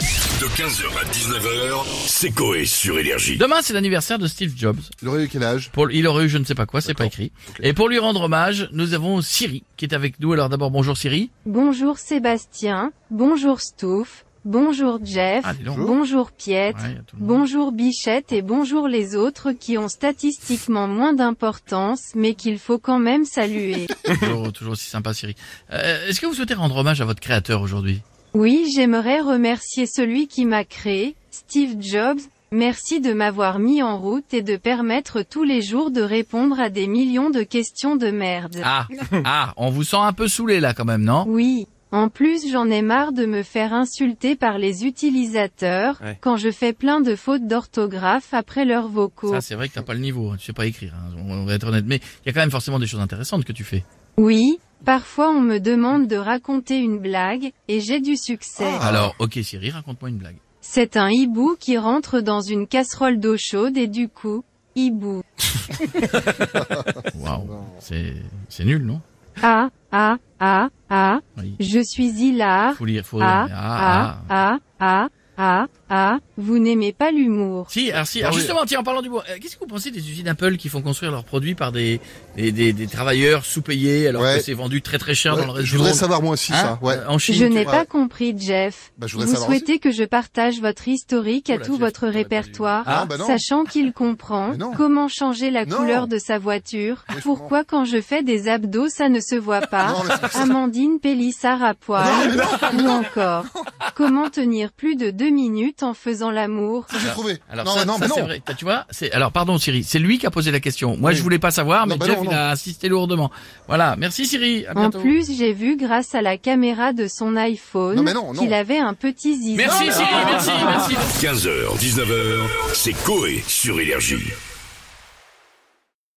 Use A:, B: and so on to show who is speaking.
A: De 15h à 19h, c'est Coé sur Énergie.
B: Demain, c'est l'anniversaire de Steve Jobs.
C: Il aurait eu quel âge
B: Pour, il aurait eu je ne sais pas quoi, c'est pas écrit. Et pour lui rendre hommage, nous avons Siri qui est avec nous. Alors d'abord, bonjour Siri.
D: Bonjour Sébastien, bonjour Stouff, bonjour Jeff,
B: Ah, dis donc.
D: bonjour Piette,
B: Ouais, y a tout le monde.
D: bonjour Bichette et bonjour les autres qui ont statistiquement moins d'importance mais qu'il faut quand même saluer.
B: toujours, toujours aussi sympa Siri. Euh, Est-ce que vous souhaitez rendre hommage à votre créateur aujourd'hui
D: Oui, j'aimerais remercier celui qui m'a créé, Steve Jobs. Merci de m'avoir mis en route et de permettre tous les jours de répondre à des millions de questions de merde.
B: Ah, ah, on vous sent un peu saoulé là quand même, non
D: Oui. En plus, j'en ai marre de me faire insulter par les utilisateurs
E: Ouais.
D: quand je fais plein de fautes d'orthographe après leurs vocaux.
B: Ça, c'est vrai que t'as pas le niveau, hein, tu sais pas écrire. hein, on va être honnête, mais il y a quand même forcément des choses intéressantes que tu fais.
D: Oui, parfois on me demande de raconter une blague et j'ai du succès.
C: Ah.
B: Alors, ok Siri, raconte-moi une blague.
D: C'est un hibou qui rentre dans une casserole d'eau chaude et du coup, hibou.
B: Waouh, c'est c'est nul, non
D: Ah, ah, ah, ah,
B: Oui.
D: je suis hilar.
B: Faut lire, faut.
D: Ah,
B: mais
D: ah, ah, ah, ah, ah, vous n'aimez pas l'humour.
B: Si, alors si, alors
C: Bah oui.
B: justement, tiens, en parlant du bois, euh, qu'est-ce que vous pensez des usines Apple qui font construire leurs produits par des des, des, des travailleurs sous-payés alors
C: Ouais.
B: que c'est vendu très très cher
C: Ouais,
B: dans le reste
C: Je
B: du
C: voudrais
B: monde
C: savoir moi aussi
B: Hein
C: ça. Ouais.
B: Euh, En Chine,
D: Je n'ai
B: tu-
D: pas compris, Jeff.
C: Bah, je voudrais
D: Vous
C: savoir aussi. Oh
D: souhaitez que je partage votre historique à
B: Oula,
D: tout
B: Jeff,
D: votre
B: t'aurais pas dû.
D: répertoire,
C: Ah, bah non.
D: sachant qu'il comprend
C: Mais non.
D: comment changer la
C: Non.
D: couleur de sa voiture,
C: Mais je
D: pourquoi quand je fais des abdos ça ne se voit pas,
C: Ah Non, laisse-moi ça.
D: Amandine Pélissard à poil, ou encore, comment tenir plus de deux minutes en faisant l'amour.
C: J'ai trouvé.
B: Alors
C: non,
B: ça,
C: non,
B: ça,
C: mais
B: c'est
C: non.
B: vrai. T'as- Tu vois, c'est alors pardon Siri, c'est lui qui a posé la question. Moi,
C: Oui.
B: je voulais pas savoir,
C: Non,
B: mais
C: bah
B: Jeff
C: non,
B: il
C: non.
B: a insisté lourdement. Voilà, merci Siri. À
D: En
B: bientôt.
D: plus, j'ai vu grâce à la caméra de son iPhone
C: Ah, Non, mais non, non.
D: qu'il avait un petit zizi.
B: Merci Siri, merci, merci.
A: 15h, 19h, c'est Coé sur Énergie.